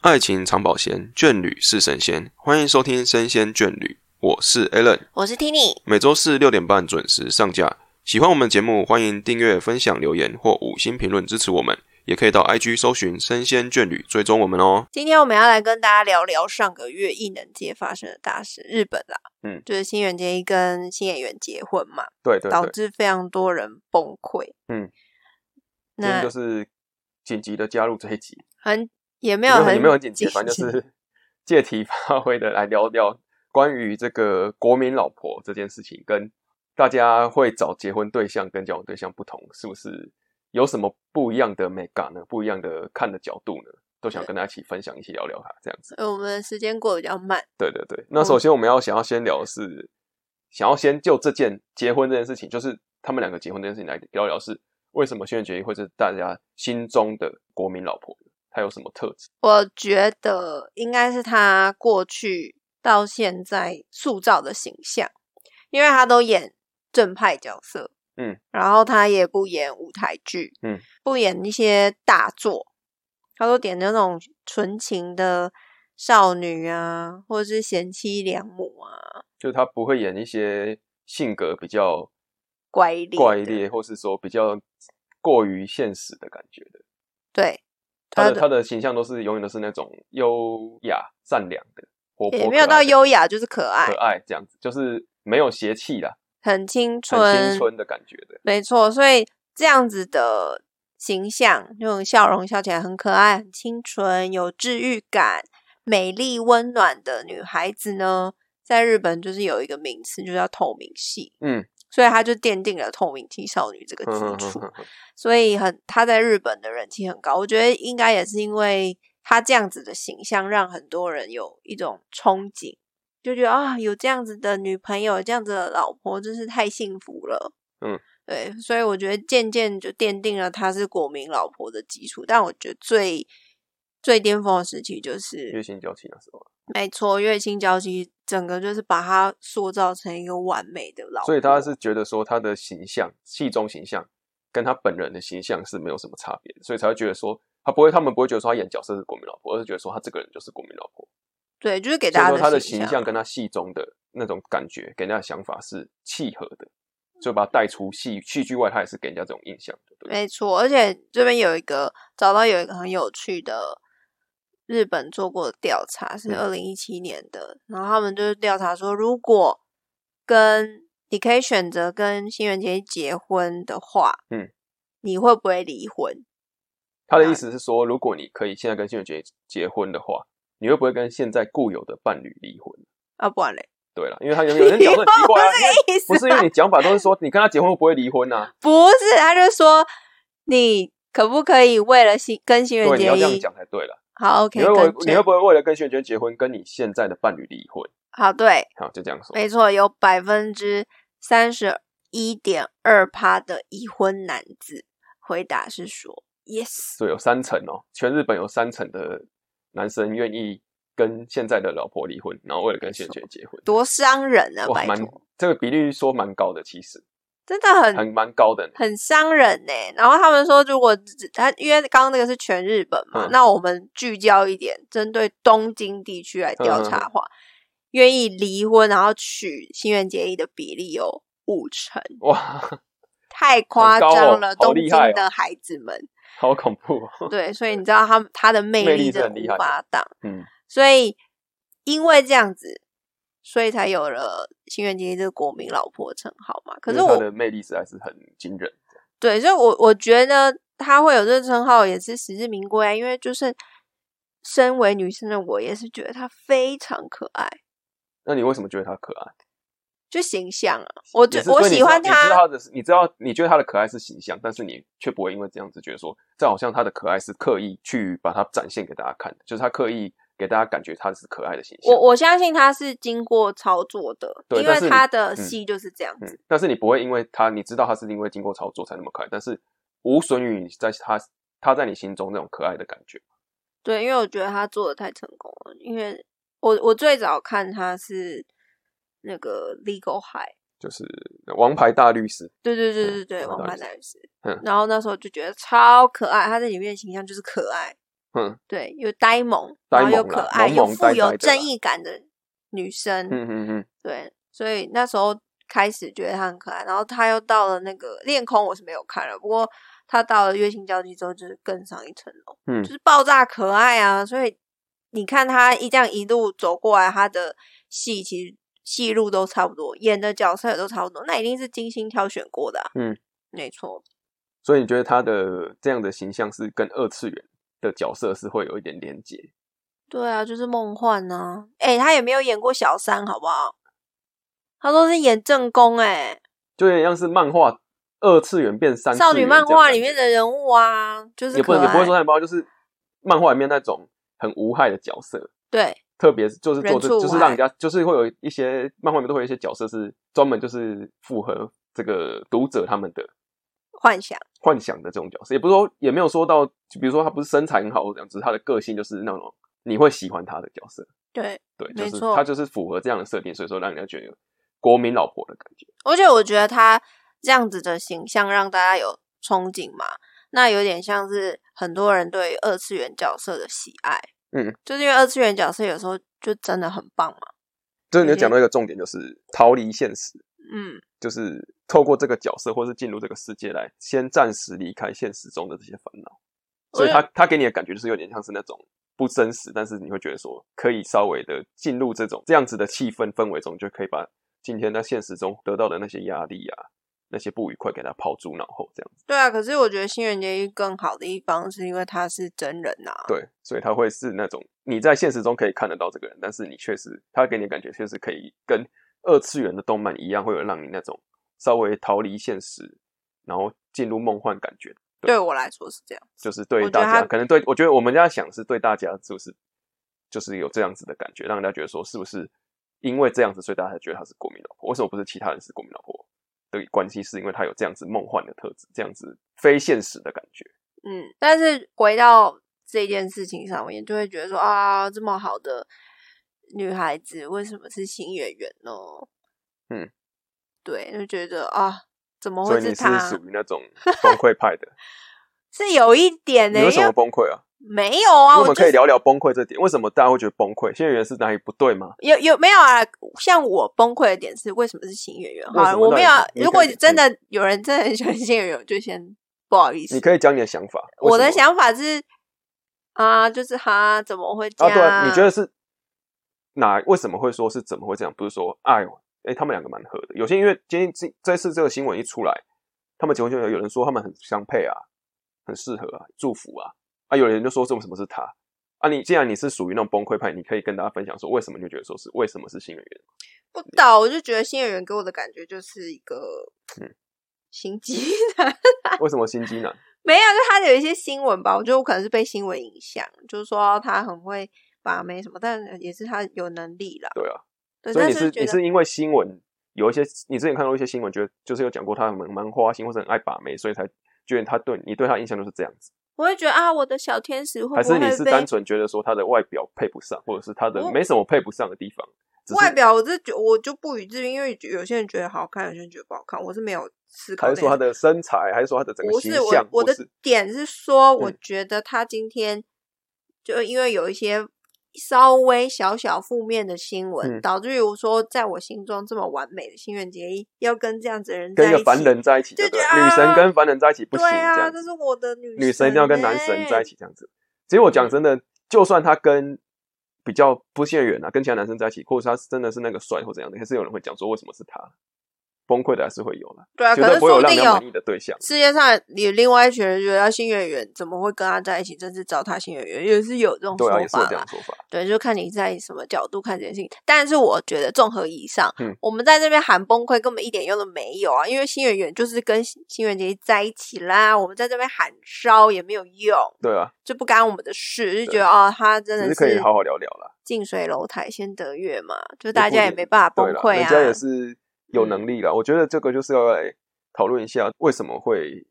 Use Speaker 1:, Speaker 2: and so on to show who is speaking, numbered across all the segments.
Speaker 1: 爱情长保鲜，眷侣是神仙。欢迎收听《生鲜眷侣》，我是 Alan，
Speaker 2: 我是 Tini，
Speaker 1: 每周四六点半准时上架。喜欢我们节目，欢迎订阅、分享、留言或五星评论支持我们，也可以到 IG 搜寻“生鲜眷侣”追踪我们哦。
Speaker 2: 今天我们要来跟大家聊聊上个月艺能界发生的大事，日本啦，
Speaker 1: 嗯
Speaker 2: 就是新垣结衣跟新演员结婚嘛，
Speaker 1: 对对
Speaker 2: 导致非常多人崩溃，
Speaker 1: 嗯，
Speaker 2: 那
Speaker 1: 是紧急的加入这一集，
Speaker 2: 很也没
Speaker 1: 没
Speaker 2: 有很
Speaker 1: 也没有很紧急，反正就是 借题发挥的来聊聊关于这个国民老婆这件事情，跟大家会找结婚对象跟交往对象不同，是不是有什么不一样的美感呢？不一样的看的角度呢？都想跟大家一起分享，一起聊聊它这样子。
Speaker 2: 我们的时间过得比较慢，
Speaker 1: 对对对，
Speaker 2: 嗯
Speaker 1: 那首先我们要想要先聊的是，想要先就这件结婚这件事情，就是他们两个结婚这件事情来聊聊，是为什么轩辕决议会是大家心中的国民老婆，她有什么特质？
Speaker 2: 我觉得应该是他过去到现在塑造的形象，因为他都演正派角色，
Speaker 1: 嗯，
Speaker 2: 然后他也不演舞台剧，
Speaker 1: 嗯，
Speaker 2: 不演一些大作，他都演那种纯情的少女啊，或者是贤妻良母啊，
Speaker 1: 就是她不会演一些性格比较
Speaker 2: 乖戾的
Speaker 1: 怪烈，或是说比较过于现实的感觉的。
Speaker 2: 对，
Speaker 1: 她的
Speaker 2: 她的
Speaker 1: 她的形象都是永远都是那种优雅、善良的，活泼可爱
Speaker 2: 也
Speaker 1: 的，
Speaker 2: 没有到优雅，就是可爱
Speaker 1: 可，爱这样子，就是没有邪气啦，
Speaker 2: 很青
Speaker 1: 很
Speaker 2: 春，
Speaker 1: 青春的感觉的。
Speaker 2: 没错，所以这样子的形象，那种笑容笑起来很可爱、很清纯、有治愈感、美丽温暖的女孩子呢，在日本就是有一个名词，就叫透明系。
Speaker 1: 嗯，
Speaker 2: 所以她就奠定了透明系少女这个
Speaker 1: 哼哼
Speaker 2: 基
Speaker 1: 哼
Speaker 2: 础
Speaker 1: 哼。哼
Speaker 2: 所以很她在日本的人气很高。我觉得应该也是因为她这样子的形象，让很多人有一种憧憬，就觉得啊，有这样子的女朋友，这样子的老婆，真是太幸福了。
Speaker 1: 嗯，
Speaker 2: 对，所以我觉得渐渐就奠定了她是国民老婆的基础。但我觉得最最巅峰的时期就是
Speaker 1: 月薪娇妻那时候。
Speaker 2: 没错，月清娇妻整个就是把她塑造成一个完美的老婆，
Speaker 1: 所以他是觉得说他的形象，戏中形象跟他本人的形象是没有什么差别的，所以才会觉得说他不会，他们不会觉得说他演角色是国民老婆，而是觉得说他这个人就是国民老婆。
Speaker 2: 对，就是给
Speaker 1: 所以
Speaker 2: 大
Speaker 1: 说
Speaker 2: 家
Speaker 1: 他的
Speaker 2: 形
Speaker 1: 形象跟他戏中的那种感觉，给人家的想法是契合的，就把他带出戏戏剧外，他也是给人家这种印象的。对不对，
Speaker 2: 没错，而且这边有一个找到有一个很有趣的日本做过的调查，是
Speaker 1: 嗯
Speaker 2: 二零一七年的，然后他们就是调查说，如果跟你可以选择跟新垣结衣结婚的话，
Speaker 1: 嗯，
Speaker 2: 你会不会离婚？
Speaker 1: 他的意思是说，如果你可以现在跟现任结结婚的话，你会不会跟现在固有的伴侣离婚？
Speaker 2: 啊，不然嘞，
Speaker 1: 对了，因为他有有人讲的奇怪啊， 因为
Speaker 2: 不
Speaker 1: 不
Speaker 2: 是
Speaker 1: 是因为你讲法都是说你跟他结婚会不会离婚啊？
Speaker 2: 不是，他就说你可不可以为了新跟新
Speaker 1: 对，
Speaker 2: 垣
Speaker 1: 你要
Speaker 2: 结
Speaker 1: 这样
Speaker 2: 衣
Speaker 1: 讲才对了。
Speaker 2: 好 OK，
Speaker 1: 你会不
Speaker 2: 跟
Speaker 1: 会你会不会为了跟轩辕结婚，跟你现在的伴侣离婚？
Speaker 2: 好对，
Speaker 1: 好，就这样说。
Speaker 2: 没错，有百分之三十一点二趴的已婚男子回答是说 yes，
Speaker 1: 所以有三成哦，全日本有三成的男生愿意跟现在的老婆离婚，然后为了跟轩辕结婚。
Speaker 2: 多伤人啊！
Speaker 1: 哇，
Speaker 2: 拜
Speaker 1: 蛮
Speaker 2: 托，
Speaker 1: 这个比率说蛮高的，其实
Speaker 2: 真的很
Speaker 1: 很蛮高的。
Speaker 2: 很伤人呢、然后他们说，如果只他因为刚刚那个是全日本嘛，
Speaker 1: 嗯
Speaker 2: 那我们聚焦一点，针对东京地区来
Speaker 1: 嗯
Speaker 2: 调查的话，愿意离婚然后娶新垣结衣的比例有五成，
Speaker 1: 哇，
Speaker 2: 太夸
Speaker 1: 好高哦
Speaker 2: 张了，
Speaker 1: 好
Speaker 2: 东
Speaker 1: 厉
Speaker 2: 京
Speaker 1: 害哦
Speaker 2: 的孩子们。
Speaker 1: 好恐怖 哦！
Speaker 2: 对，所以你知道他他的魅
Speaker 1: 魅力
Speaker 2: 力
Speaker 1: 是
Speaker 2: 真
Speaker 1: 很
Speaker 2: 的
Speaker 1: 厉
Speaker 2: 无
Speaker 1: 害的
Speaker 2: 法挡。
Speaker 1: 嗯，
Speaker 2: 所以因为这样子，所以才有了新垣结衣这个国民老婆称号嘛。可是
Speaker 1: 因为
Speaker 2: 我
Speaker 1: 他的魅力实在是很惊人。
Speaker 2: 对，所以我我觉得她会有这个称号也是实至名归啊，因为就是身为女生的我，也是觉得她非常可爱，
Speaker 1: 那你为什么觉得他可爱？
Speaker 2: 就形象啊，我
Speaker 1: 你
Speaker 2: 觉
Speaker 1: 是
Speaker 2: 我
Speaker 1: 所以你
Speaker 2: 喜欢
Speaker 1: 知道你知道
Speaker 2: 她，
Speaker 1: 他的，你知道你觉得他的可爱是形象，但是你却不会因为这样子觉得说，这好像他的可爱是刻意去把它展现给大家看的，就是他刻意给大家感觉他是可爱的形象。
Speaker 2: 我我相信她是经过操作的，
Speaker 1: 对
Speaker 2: 因
Speaker 1: 但是
Speaker 2: 为
Speaker 1: 你
Speaker 2: 她的
Speaker 1: 嗯
Speaker 2: 戏就是这样子。
Speaker 1: 嗯，但是你不会因为他，你知道他是因为经过操作才那么可爱，但是无损于你在他他在你心中那种可爱的感觉。
Speaker 2: 对，因为我觉得他做的太成功了。因为我我最早看他是那个《Legal High》，
Speaker 1: 就是王牌大律师，
Speaker 2: 对对对
Speaker 1: 嗯
Speaker 2: 对对，
Speaker 1: 我
Speaker 2: 王
Speaker 1: 懂
Speaker 2: 牌
Speaker 1: 意思
Speaker 2: 大律师
Speaker 1: 嗯。
Speaker 2: 然后那时候就觉得超可爱，他在里面的形象就是可爱，
Speaker 1: 嗯
Speaker 2: 对，又呆萌，
Speaker 1: 呆
Speaker 2: 然后又
Speaker 1: 萌
Speaker 2: 可
Speaker 1: 啦
Speaker 2: 爱，
Speaker 1: 萌
Speaker 2: 又
Speaker 1: 萌
Speaker 2: 富
Speaker 1: 呆呆
Speaker 2: 有
Speaker 1: 的
Speaker 2: 正
Speaker 1: 啦
Speaker 2: 义感的女生，
Speaker 1: 嗯嗯嗯，
Speaker 2: 对，所以那时候开始觉得她很可爱，然后她又到了那个恋空，我是没有看了，不过她到了月薪交际之后，就是更上一层楼，
Speaker 1: 嗯
Speaker 2: 就是爆炸可爱啊，所以你看她一这样一路走过来，她的戏其实戏路都差不多，演的角色也都差不多，那一定是精心挑选过的、啊，
Speaker 1: 嗯，
Speaker 2: 没错，
Speaker 1: 所以你觉得他的这样的形象是跟二次元的角色是会有一点连接？
Speaker 2: 对啊，就是梦幻呐、啊，哎、她也没有演过小三，好不好？她都是演正宫、诶
Speaker 1: 就有点像是漫画二次元变三次元
Speaker 2: 少
Speaker 1: 这
Speaker 2: 女
Speaker 1: 样
Speaker 2: 漫画
Speaker 1: 感
Speaker 2: 里
Speaker 1: 觉
Speaker 2: 面的人物啊，就是
Speaker 1: 也不
Speaker 2: 可
Speaker 1: 能也不会
Speaker 2: 爱，
Speaker 1: 说太包，就是漫画里面那种很无害的角色，
Speaker 2: 对，
Speaker 1: 特别就是做这
Speaker 2: 人畜
Speaker 1: 就是让
Speaker 2: 无害
Speaker 1: 人家就是会有一些漫画里面都会有一些角色是专门就是符合这个读者他们的
Speaker 2: 幻想，
Speaker 1: 幻想的这种角色，也不是说也没有说到，就比如说他不是身材很好或者怎样，只是他的个性就是那种你会喜欢他的角色，
Speaker 2: 对，
Speaker 1: 对，
Speaker 2: 没
Speaker 1: 就是
Speaker 2: 错
Speaker 1: 他就是符合这样的设定，所以说让人家觉得有国民老婆的感觉，
Speaker 2: 而且我觉得他这样子的形象让大家有憧憬嘛，那有点像是很多人对二次元角色的喜爱，
Speaker 1: 嗯，
Speaker 2: 就是因为二次元角色有时候就真的很棒嘛，
Speaker 1: 就是你
Speaker 2: 有些
Speaker 1: 讲到一个重点，就是逃离现实，
Speaker 2: 嗯，
Speaker 1: 就是透过这个角色或是进入这个世界来，先暂时离开现实中的这些烦恼。所以
Speaker 2: 我觉
Speaker 1: 他
Speaker 2: 得
Speaker 1: 他给你的感觉就是有点像是那种不真实，但是你会觉得说可以稍微的进入这种这样子的气氛氛围中，就可以把今天在现实中得到的那些压力啊、那些不愉快给它抛诸脑后，这样子。
Speaker 2: 对啊，可是我觉得《新人结衣》更好的一方是因为他是真人呐、啊，
Speaker 1: 对，所以他会是那种你在现实中可以看得到这个人，但是你确实他给你的感觉确实可以跟二次元的动漫一样，会有让你那种稍微逃离现实，然后进入梦幻感觉
Speaker 2: 对我来说是这样，
Speaker 1: 就是
Speaker 2: 我
Speaker 1: 对
Speaker 2: 觉
Speaker 1: 大
Speaker 2: 得
Speaker 1: 家，
Speaker 2: 他
Speaker 1: 可能对我觉得我们家想是对大家就是就是有这样子的感觉，让人家觉得说是不是因为这样子，所以大家才觉得她是国民老婆？为什么不是其他人是国民老婆的关系？是因为她有这样子梦幻的特质，这样子非现实的感觉。
Speaker 2: 嗯，但是回到这件事情上面，就会觉得说啊，这么好的女孩子，为什么是新演员呢？
Speaker 1: 嗯，
Speaker 2: 对，就觉得啊，怎么
Speaker 1: 所
Speaker 2: 会
Speaker 1: 以你是
Speaker 2: 她？
Speaker 1: 属于那种崩溃派 的，
Speaker 2: 是有一点呢、
Speaker 1: 你为什
Speaker 2: 因
Speaker 1: 么
Speaker 2: 为
Speaker 1: 崩溃啊？
Speaker 2: 没有
Speaker 1: 因
Speaker 2: 啊，
Speaker 1: 为我
Speaker 2: 我
Speaker 1: 们
Speaker 2: 就
Speaker 1: 可以
Speaker 2: 是
Speaker 1: 聊聊崩溃这点，为什么大家会觉得崩溃？现在人是哪里不对吗？
Speaker 2: 有有没有啊？像我崩溃的点是，为什么是新演员？好
Speaker 1: 为什
Speaker 2: 了，
Speaker 1: 么
Speaker 2: 我没有啊。
Speaker 1: 你可以
Speaker 2: 如果真的有人真的很喜欢新演员，我就先不好意
Speaker 1: 你
Speaker 2: 思。
Speaker 1: 可以讲你的想法。为
Speaker 2: 我
Speaker 1: 什么
Speaker 2: 的想法是啊，就是哈，怎么会这
Speaker 1: 啊，
Speaker 2: 样？
Speaker 1: 对啊，你觉得是哪？为什么会说是怎么会这样？不是说哎呦，哎，他们两个蛮合的。有些因为今天这这次这个新闻一出来，他们结婚就有有人说他们很相配啊，很适合啊，祝福啊。啊，有人就说这为什么是他啊？你既然你是属于那种崩溃派，你可以跟大家分享说为什么你就觉得说是为什么是新 人员？
Speaker 2: 不知道，我就觉得新演员给我的感觉就是一个
Speaker 1: 嗯
Speaker 2: 心机男，
Speaker 1: 为什么心机男？
Speaker 2: 没有，就他有一些新闻吧，我觉得我可能是被新闻影响，就是说他很会把妹什么，但也是他有能力啦。
Speaker 1: 对啊，
Speaker 2: 对，
Speaker 1: 所以
Speaker 2: 但
Speaker 1: 你
Speaker 2: 是
Speaker 1: 是
Speaker 2: 觉
Speaker 1: 你
Speaker 2: 得
Speaker 1: 是因为新闻有一些，你之前看到一些新闻，觉得就是有讲过他蛮蛮花心或者很爱把妹，所以才觉得他对你对他的印象就是这样子。
Speaker 2: 我会觉得啊，我的小天使会
Speaker 1: 还
Speaker 2: 不
Speaker 1: 是你
Speaker 2: 会
Speaker 1: 是
Speaker 2: 被
Speaker 1: 单纯觉得说他的外表配不上，或者是他的
Speaker 2: 我
Speaker 1: 没什么配不上的地方？只是
Speaker 2: 外表？我这觉我就不予置评，因为有些人觉得好看，有些人觉得不好看，我是没有思考
Speaker 1: 还
Speaker 2: 那
Speaker 1: 是说他
Speaker 2: 些。
Speaker 1: 的身材，还是说他的整个
Speaker 2: 不
Speaker 1: 形
Speaker 2: 是我
Speaker 1: 象？
Speaker 2: 我的
Speaker 1: 是
Speaker 2: 点是说，我
Speaker 1: 嗯
Speaker 2: 觉得他今天就因为有一些稍微小小负面的新闻，
Speaker 1: 嗯
Speaker 2: 导致于我说，在我心中这么完美的心愿结衣要跟这样子的人
Speaker 1: 跟
Speaker 2: 在
Speaker 1: 一
Speaker 2: 一
Speaker 1: 个
Speaker 2: 起，
Speaker 1: 凡人在一起，
Speaker 2: 就
Speaker 1: 对不对？
Speaker 2: 觉得
Speaker 1: 女神
Speaker 2: 啊
Speaker 1: 跟凡人在一起不
Speaker 2: 对
Speaker 1: 行，这
Speaker 2: 啊，
Speaker 1: 样
Speaker 2: 这
Speaker 1: 子。
Speaker 2: 是我的女欸嗯
Speaker 1: 女神一定要跟男神在一
Speaker 2: 起，
Speaker 1: 起，这样子。其实我讲真的，就算他跟比较不限远啊，跟其他男生在一起，或者他真的是那个帅或怎样的，还是有人会讲说为什么是他，崩溃的还是会有啦，
Speaker 2: 对啊，
Speaker 1: 绝
Speaker 2: 可
Speaker 1: 对
Speaker 2: 是
Speaker 1: 不会
Speaker 2: 说
Speaker 1: 有
Speaker 2: 不
Speaker 1: 让
Speaker 2: 定
Speaker 1: 人家满意
Speaker 2: 有。
Speaker 1: 的对象。
Speaker 2: 世界上有另外一群人觉得新演员怎么会跟他在一起，甚至糟蹋新演员，也是有这种
Speaker 1: 对啊，也
Speaker 2: 说
Speaker 1: 是有
Speaker 2: 法
Speaker 1: 这
Speaker 2: 啦
Speaker 1: 样。说法。
Speaker 2: 对，就看你在什么角度看这件事情。但是我觉得综合以上，
Speaker 1: 嗯
Speaker 2: 我们在这边喊崩溃根本一点用都没有啊，因为新演员就是跟新新垣结衣在一起啦，我们在这边喊烧也没有用，
Speaker 1: 对啊，
Speaker 2: 就不干我们的事，就觉
Speaker 1: 对
Speaker 2: 得哦，他真
Speaker 1: 只
Speaker 2: 的
Speaker 1: 是可以好好聊聊啦。
Speaker 2: 近水楼台先得月嘛，就
Speaker 1: 也
Speaker 2: 大
Speaker 1: 不
Speaker 2: 家
Speaker 1: 一
Speaker 2: 也
Speaker 1: 定
Speaker 2: 没办法崩
Speaker 1: 对啦
Speaker 2: 溃
Speaker 1: 人家也
Speaker 2: 啊。
Speaker 1: 是有能力了。我觉得这个就是要来讨论一下为什么会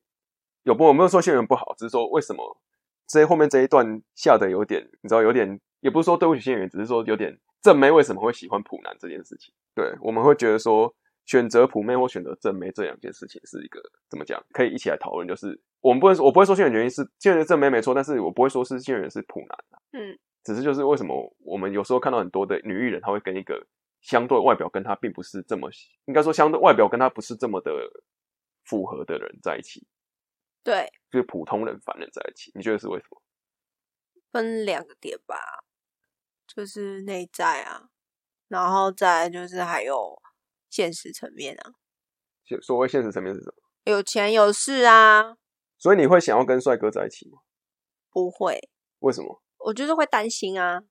Speaker 1: 有不，我没有说新人不好，只是说为什么这后面这一段下的有点，你知道有点，也不是说对不起新人，只是说有点正妹为什么会喜欢普男这件事情。对，我们会觉得说选择普妹或选择正妹这两件事情是一个怎么讲，可以一起来讨论，就是我们不能说，我不会说性缘原因是性缘正妹没错，但是我不会说是性缘是普男、啊、
Speaker 2: 嗯，
Speaker 1: 只是就是为什么我们有时候看到很多的女艺人，她会跟一个相对外表跟她并不是这么，应该说相对外表跟她不是这么的符合的人在一起，
Speaker 2: 对，
Speaker 1: 就是普通人、凡人在一起，你觉得是为什么？
Speaker 2: 分两个点吧，就是内在啊，然后再来就是还有现实层面啊，
Speaker 1: 就所谓现实层面是什么？
Speaker 2: 有钱有势啊，
Speaker 1: 所以你会想要跟帅哥在一起吗？
Speaker 2: 不会，
Speaker 1: 为什么？
Speaker 2: 我就是会担心啊。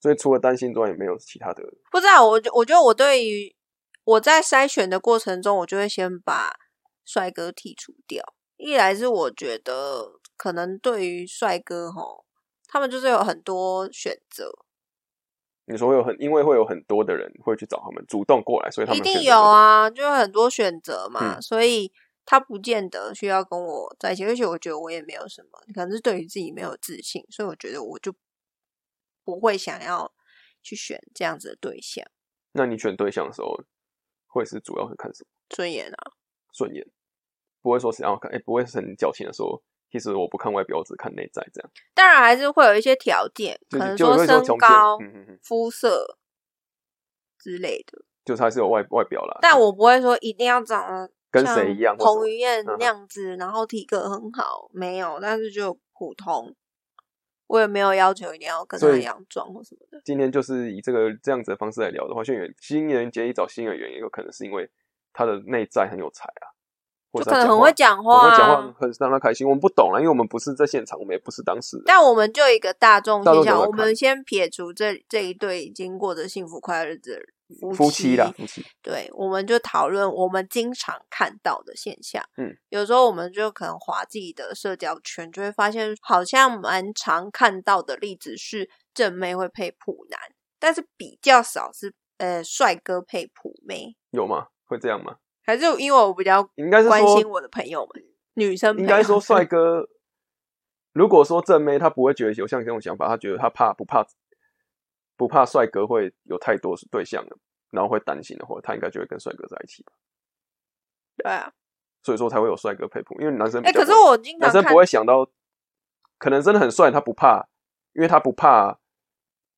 Speaker 1: 所以除了担心之外，也没有其他的。
Speaker 2: 不知道，我觉我觉得我对于我在筛选的过程中，我就会先把帅哥剔除掉。一来是我觉得可能对于帅哥吼，他们就是有很多选择，
Speaker 1: 你说会有很，因为会有很多的人会去找他们，主动过来，所以他
Speaker 2: 一
Speaker 1: 们
Speaker 2: 定
Speaker 1: 选择
Speaker 2: 有啊，就有很多选择嘛，
Speaker 1: 嗯
Speaker 2: 所以他不见得需要跟我在一起，而且我觉得我也没有什么，可能是对于自己没有自信，所以我觉得我就不会想要去选这样子的对象，
Speaker 1: 那你选对象的时候，会是主要是看什么
Speaker 2: 尊严啊，
Speaker 1: 顺眼，不会说是要看，哎、不会是很矫情的说，其实我不看外表，我只看内在这样。
Speaker 2: 当然还是会有一些条件，
Speaker 1: 就是
Speaker 2: 可能
Speaker 1: 就会说
Speaker 2: 身
Speaker 1: 从间
Speaker 2: 高、
Speaker 1: 嗯嗯嗯，
Speaker 2: 肤色之类的，
Speaker 1: 就是还是有外外表啦，
Speaker 2: 但我不会说一定要长得
Speaker 1: 啊跟
Speaker 2: 像
Speaker 1: 谁一样或什么
Speaker 2: 彭于晏
Speaker 1: 嗯
Speaker 2: 那样子，然后体格很好，没有，但是就普通。我也没有要求一定要跟他
Speaker 1: 所以
Speaker 2: 一样壮或什么的。
Speaker 1: 今天就是以这个这样子的方式来聊的话，新演员新人杰一找新演员，也有可能是因为他的内在很有才啊，或
Speaker 2: 就
Speaker 1: 者
Speaker 2: 可
Speaker 1: 他
Speaker 2: 能
Speaker 1: 讲
Speaker 2: 很
Speaker 1: 话
Speaker 2: 会讲
Speaker 1: 很
Speaker 2: 话
Speaker 1: 会
Speaker 2: 啊，
Speaker 1: 讲话，很让他开心。我们不懂啊，因为我们不是在现场，我们也不是当事人。
Speaker 2: 但我们就一个大众
Speaker 1: 大众
Speaker 2: 现
Speaker 1: 怎
Speaker 2: 象，
Speaker 1: 么
Speaker 2: 我
Speaker 1: 看
Speaker 2: 们先撇除这这一对已经过着幸福快乐日子的夫
Speaker 1: 夫妻啦，夫妻，
Speaker 2: 对，我们就讨论我们经常看到的现象。
Speaker 1: 嗯，
Speaker 2: 有时候我们就可能滑自己的社交圈，就会发现好像蛮常看到的例子是正妹会配普男，但是比较少是呃帅哥配普妹，
Speaker 1: 有吗？会这样吗？
Speaker 2: 还是因为我比较
Speaker 1: 应该是
Speaker 2: 关
Speaker 1: 说
Speaker 2: 心我的朋友们，女生
Speaker 1: 应
Speaker 2: 朋
Speaker 1: 该
Speaker 2: 友
Speaker 1: 说帅哥，如果说正妹，她不会觉得有像这种想法，她觉得她怕不怕不怕帅哥会有太多对象了，然后会担心的话，她应该就会跟帅哥在一起吧。
Speaker 2: 对啊，
Speaker 1: 所以说才会有帅哥配普，因为男生比
Speaker 2: 哎、
Speaker 1: 较
Speaker 2: 可
Speaker 1: 不
Speaker 2: 是
Speaker 1: 会
Speaker 2: 我经
Speaker 1: 男
Speaker 2: 常
Speaker 1: 生
Speaker 2: 看
Speaker 1: 不会想到，可能真的很帅，他不怕，因为他不怕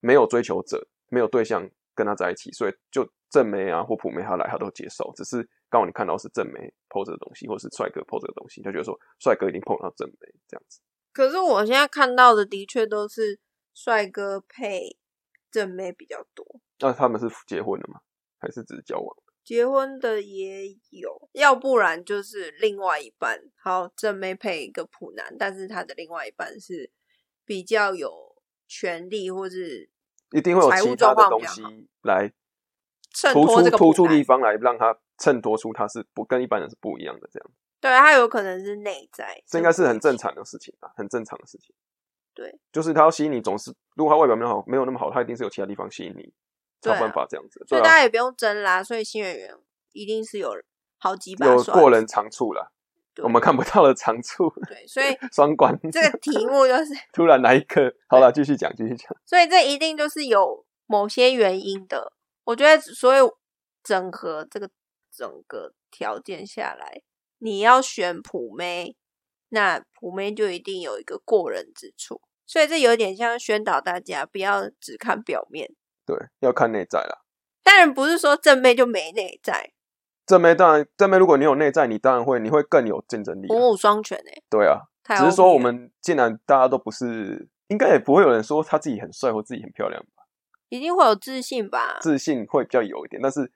Speaker 1: 没有追求者，没有对象跟他在一起，所以就正妹啊或普妹他来他都接受，只是刚好你看到是正妹 PO 这个东西，或是帅哥 PO 这个东西，他觉得说帅哥一定碰到正妹这样子。
Speaker 2: 可是我现在看到的的确都是帅哥配正妹比较多，
Speaker 1: 那他们是结婚了吗？还是只是交往？
Speaker 2: 结婚的也有，要不然就是另外一半，好正妹配一个普男，但是他的另外一半是比较有权利或是
Speaker 1: 一定会有
Speaker 2: 财务
Speaker 1: 其他的
Speaker 2: 状况
Speaker 1: 东
Speaker 2: 比较
Speaker 1: 西来
Speaker 2: 衬
Speaker 1: 突
Speaker 2: 托
Speaker 1: 出
Speaker 2: 这个
Speaker 1: 突
Speaker 2: 普
Speaker 1: 出地
Speaker 2: 男。
Speaker 1: 方来让他衬托出他是不跟一般人是不一样的这样，
Speaker 2: 对，他有可能是内在，
Speaker 1: 这应该是很正。常的事情吧，很正常的事情。
Speaker 2: 对，
Speaker 1: 就是他要吸引你，总是如果他外表没有好，没有那么好，他一定是有其他地方吸引你，才
Speaker 2: 对啊
Speaker 1: 有办法这样子。对
Speaker 2: 所以大
Speaker 1: 啊，
Speaker 2: 家也不用争啦。所以新演员一定是有好几把
Speaker 1: 有
Speaker 2: 刷
Speaker 1: 过
Speaker 2: 子
Speaker 1: 人长处啦，
Speaker 2: 对
Speaker 1: 我们看不到的长处，
Speaker 2: 对，所以
Speaker 1: 双关。
Speaker 2: 这个题目就是，
Speaker 1: 突然来一个，好了，继续讲，继续讲。
Speaker 2: 所以这一定就是有某些原因的。我觉得，所以整合这个整个条件下来，你要选普妹，那普妹就一定有一个过人之处。所以这有点像宣导大家不要只看表面。
Speaker 1: 对，要看内在啦。
Speaker 2: 当然不是说正妹就没内在，
Speaker 1: 正妹当然，正妹如果你有内在，你当然会，你会更有竞争力啊、
Speaker 2: 文武双全哎、
Speaker 1: 对啊，
Speaker 2: 太
Speaker 1: 只是说
Speaker 2: OP
Speaker 1: 我
Speaker 2: 了
Speaker 1: 们既然大家都不是，应该也不会有人说他自己很帅或自己很漂亮吧，
Speaker 2: 一定会有自信吧，
Speaker 1: 自信会比较有一点，但是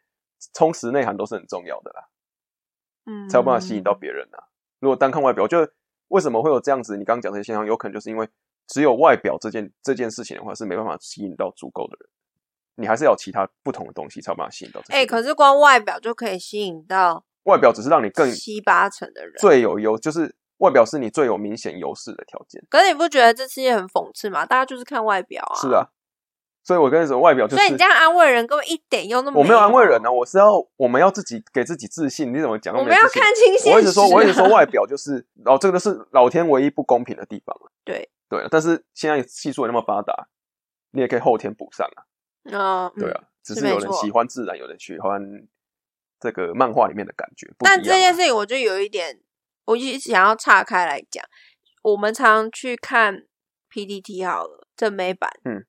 Speaker 1: 充实内涵都是很重要的啦。
Speaker 2: 嗯，
Speaker 1: 才有办法吸引到别人啊。如果单看外表，就为什么会有这样子？你刚刚讲这些现象，有可能就是因为只有外表这件这件事情的话，是没办法吸引到足够的人。你还是要有其他不同的东西，才有办法吸引到这些
Speaker 2: 哎、
Speaker 1: 人。
Speaker 2: 可是光外表就可以吸引到
Speaker 1: 外表只是让你更
Speaker 2: 七八成的人，
Speaker 1: 最有优，就是外表是你最有明显优势的条件。
Speaker 2: 可是你不觉得这世界很讽刺吗？大家就是看外表啊，
Speaker 1: 是啊，所以我跟你说，外表就是
Speaker 2: 所以你这样安慰人，根本一点用都没有。
Speaker 1: 我没有安慰人啊，我是要我们要自己给自己自信。你怎么讲？
Speaker 2: 我们要看清现实、啊。
Speaker 1: 我一直说，我一直说，外表就是，然后这个是老天唯一不公平的地方。啊
Speaker 2: 对
Speaker 1: 对，但是现在技术也那么发达，你也可以后天补上啊。
Speaker 2: 嗯，
Speaker 1: 对啊，只
Speaker 2: 是
Speaker 1: 是有
Speaker 2: 没
Speaker 1: 人
Speaker 2: 错
Speaker 1: 喜欢自然，有人喜欢这个漫画里面的感觉。不
Speaker 2: 但
Speaker 1: 一
Speaker 2: 这
Speaker 1: 样啊
Speaker 2: 件事情我就有一点我一直想要岔开来讲，我们常去看 PDT 好了正美版，
Speaker 1: 嗯，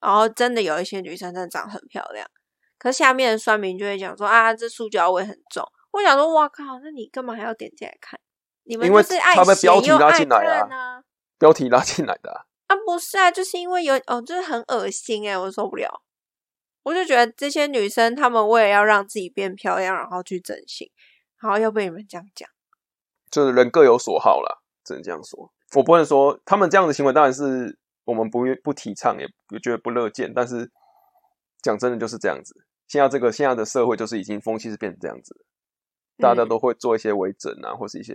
Speaker 2: 然后真的有一些女生真的长得很漂亮，可是下面的酸民就会讲说啊，这塑胶味很重。我想说，哇靠，那你干嘛还要点进来看？你们
Speaker 1: 因为
Speaker 2: 就是爱
Speaker 1: 他被
Speaker 2: 写
Speaker 1: 标题
Speaker 2: 又
Speaker 1: 拉
Speaker 2: 爱
Speaker 1: 进来啊
Speaker 2: 看啊！
Speaker 1: 标题拉进来的啊、
Speaker 2: 啊，不是啊，就是因为有哦，就是很恶心哎、我受不了。我就觉得这些女生，她们为了要让自己变漂亮，然后去整形，然后又被你们这样讲，
Speaker 1: 就是人各有所好啦，只能这样说。我不能说他们这样的行为，当然是我们不愿不提倡，也也觉得不乐见。但是讲真的，就是这样子。现在这个现在的社会，就是已经风气是变成这样子，大家
Speaker 2: 嗯
Speaker 1: 都会做一些微整啊，或是一些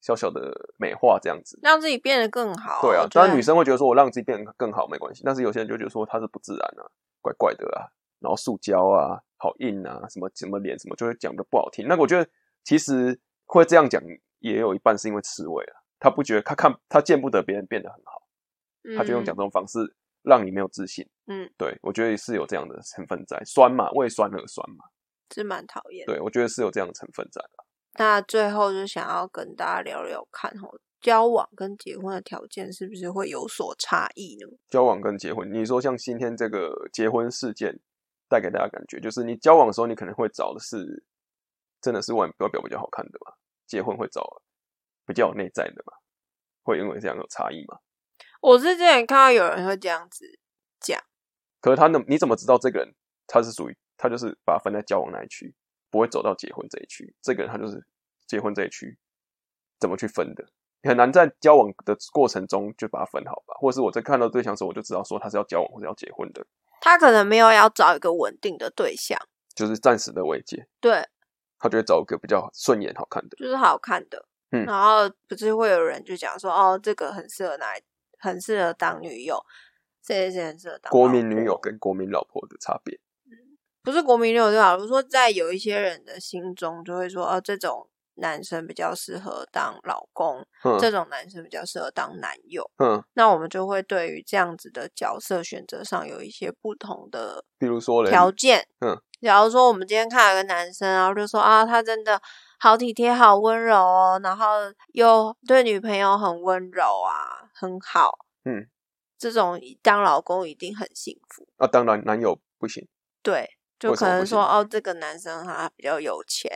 Speaker 1: 小小的美化这样子。
Speaker 2: 让自己变得更好。
Speaker 1: 对啊
Speaker 2: 我，觉
Speaker 1: 当
Speaker 2: 得
Speaker 1: 然女生会觉得说我让自己变得更好没关系，但是有些人就觉得说它是不自然啊，怪怪的啊，然后塑胶啊，好硬啊，什么什么脸什么，就会讲的不好听。那个我觉得其实会这样讲，也有一半是因为刺猬啊，他不觉得他看他见不得别人变得很好，他就用讲这种方式让你没有自信。
Speaker 2: 嗯，
Speaker 1: 对，我觉得是有这样的成分在，酸嘛，为酸而酸嘛，
Speaker 2: 嗯是蛮讨厌的。
Speaker 1: 对我觉得是有这样的成分在的。
Speaker 2: 那最后就想要跟大家聊聊看哦，交往跟结婚的条件是不是会有所差异呢？
Speaker 1: 交往跟结婚，你说像今天这个结婚事件带给大家感觉，就是你交往的时候，你可能会找的是真的是外外表比较好看的嘛，结婚会找比较有内在的嘛，会因为这样有差异嘛？
Speaker 2: 我是之前看到有人会这样子，
Speaker 1: 可是他能你怎么知道这个人他是属于他就是把它分在交往那一区，不会走到结婚这一区，这个人他就是结婚这一区，怎么去分的？你很难在交往的过程中就把它分好吧，或者是我在看到对象的时候，我就知道说他是要交往或者要结婚的，
Speaker 2: 他可能没有要找一个稳定的对象，
Speaker 1: 就是暂时的慰藉。
Speaker 2: 对，
Speaker 1: 他就会找一个比较顺眼好看的。
Speaker 2: 就是好看的。
Speaker 1: 嗯
Speaker 2: 然后不是会有人就讲说，哦，这个很适合拿来，很适合当女友，谁谁谁很适合当
Speaker 1: 国
Speaker 2: 老
Speaker 1: 民女
Speaker 2: 婆
Speaker 1: 友跟国民老婆的差别，
Speaker 2: 不是国民六就好，我说在有一些人的心中就会说，哦，这种男生比较适合当老公，这
Speaker 1: 嗯
Speaker 2: 种男生比较适合当男友。
Speaker 1: 嗯，
Speaker 2: 那我们就会对于这样子的角色选择上有一些不同的
Speaker 1: 比如说嘞，
Speaker 2: 条件。
Speaker 1: 嗯，
Speaker 2: 假如说我们今天看了个男生，然后就说啊，他真的好体贴、好温柔哦，然后又对女朋友很温柔啊，很好。
Speaker 1: 嗯，
Speaker 2: 这种当老公一定很幸福。
Speaker 1: 啊，当然男友不行，
Speaker 2: 对，就
Speaker 1: 为什
Speaker 2: 可
Speaker 1: 么
Speaker 2: 能
Speaker 1: 不
Speaker 2: 说
Speaker 1: 行
Speaker 2: 哦，这个男生他比较有钱，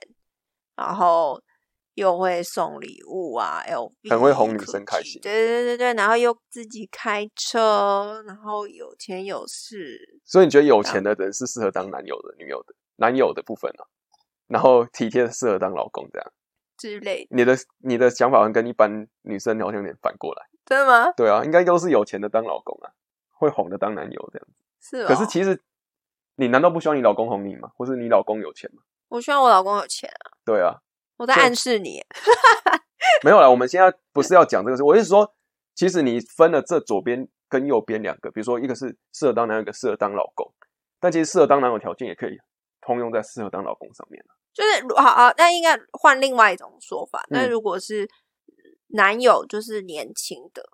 Speaker 2: 然后又会送礼物啊，LV，
Speaker 1: 很会哄女
Speaker 2: Gucci，
Speaker 1: 生开心
Speaker 2: 对对对对，然后又自己开车，然后有钱有势，
Speaker 1: 所以你觉得有钱的人是适合当男友的、女友的、男友的部分啊，然后体贴的适合当老公这样。
Speaker 2: 之类的，
Speaker 1: 你的你的想法好像跟一般女生好像有点反过来，
Speaker 2: 真的吗？
Speaker 1: 对啊，应该都是有钱的当老公啊，会哄的当男友这样。
Speaker 2: 是哦。
Speaker 1: 可是其实你难道不希望你老公哄你吗？或是你老公有钱吗？
Speaker 2: 我希望我老公有钱啊，
Speaker 1: 对啊，
Speaker 2: 我在
Speaker 1: 对
Speaker 2: 暗示你，
Speaker 1: 没有啦，我们现在不是要讲这个事，我是说，其实你分了这左边跟右边两个，比如说一个是适合当男友，一个适合当老公，但其实适合当男友条件也可以通用在适合当老公上面。
Speaker 2: 就是如好好，那应该换另外一种说法。那
Speaker 1: 嗯
Speaker 2: 如果是男友就是年轻的，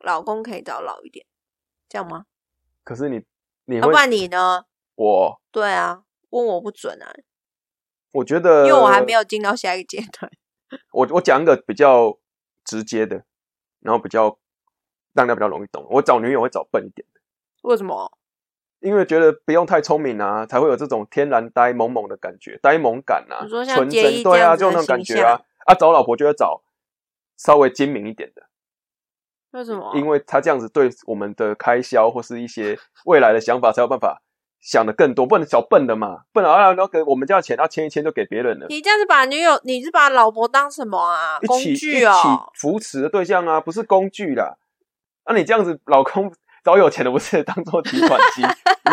Speaker 2: 老公可以找老一点，这样吗？
Speaker 1: 可是你你
Speaker 2: 要、
Speaker 1: 会、
Speaker 2: 啊不然你呢？
Speaker 1: 我
Speaker 2: 对啊，问我不准啊，
Speaker 1: 我觉得，
Speaker 2: 因为我还没有进到下一个阶段。
Speaker 1: 我我讲一个比较直接的，然后比较让大家比较容易懂。我找女友会找笨一点的，
Speaker 2: 为什么？
Speaker 1: 因为觉得不用太聪明啊，才会有这种天然呆萌萌的感觉，呆萌感啊，
Speaker 2: 你说像
Speaker 1: 纯
Speaker 2: 杰
Speaker 1: 真
Speaker 2: 伊
Speaker 1: 对
Speaker 2: 这
Speaker 1: 啊，
Speaker 2: 样子
Speaker 1: 就
Speaker 2: 的
Speaker 1: 那种感
Speaker 2: 形
Speaker 1: 觉啊
Speaker 2: 象
Speaker 1: 啊，找老婆就要找稍微精明一点的。
Speaker 2: 为什么？
Speaker 1: 因为他这样子对我们的开销或是一些未来的想法才有办法想的更多，不能小笨的嘛，笨了啊，那给我们家的钱，他签一签就给别人了，
Speaker 2: 你这样子把女友，你是把老婆当什么啊？
Speaker 1: 一
Speaker 2: 工
Speaker 1: 起
Speaker 2: 具哦。
Speaker 1: 一起扶持的对象啊，不是工具啦。那、你这样子，老公找有钱的不是当做提款 机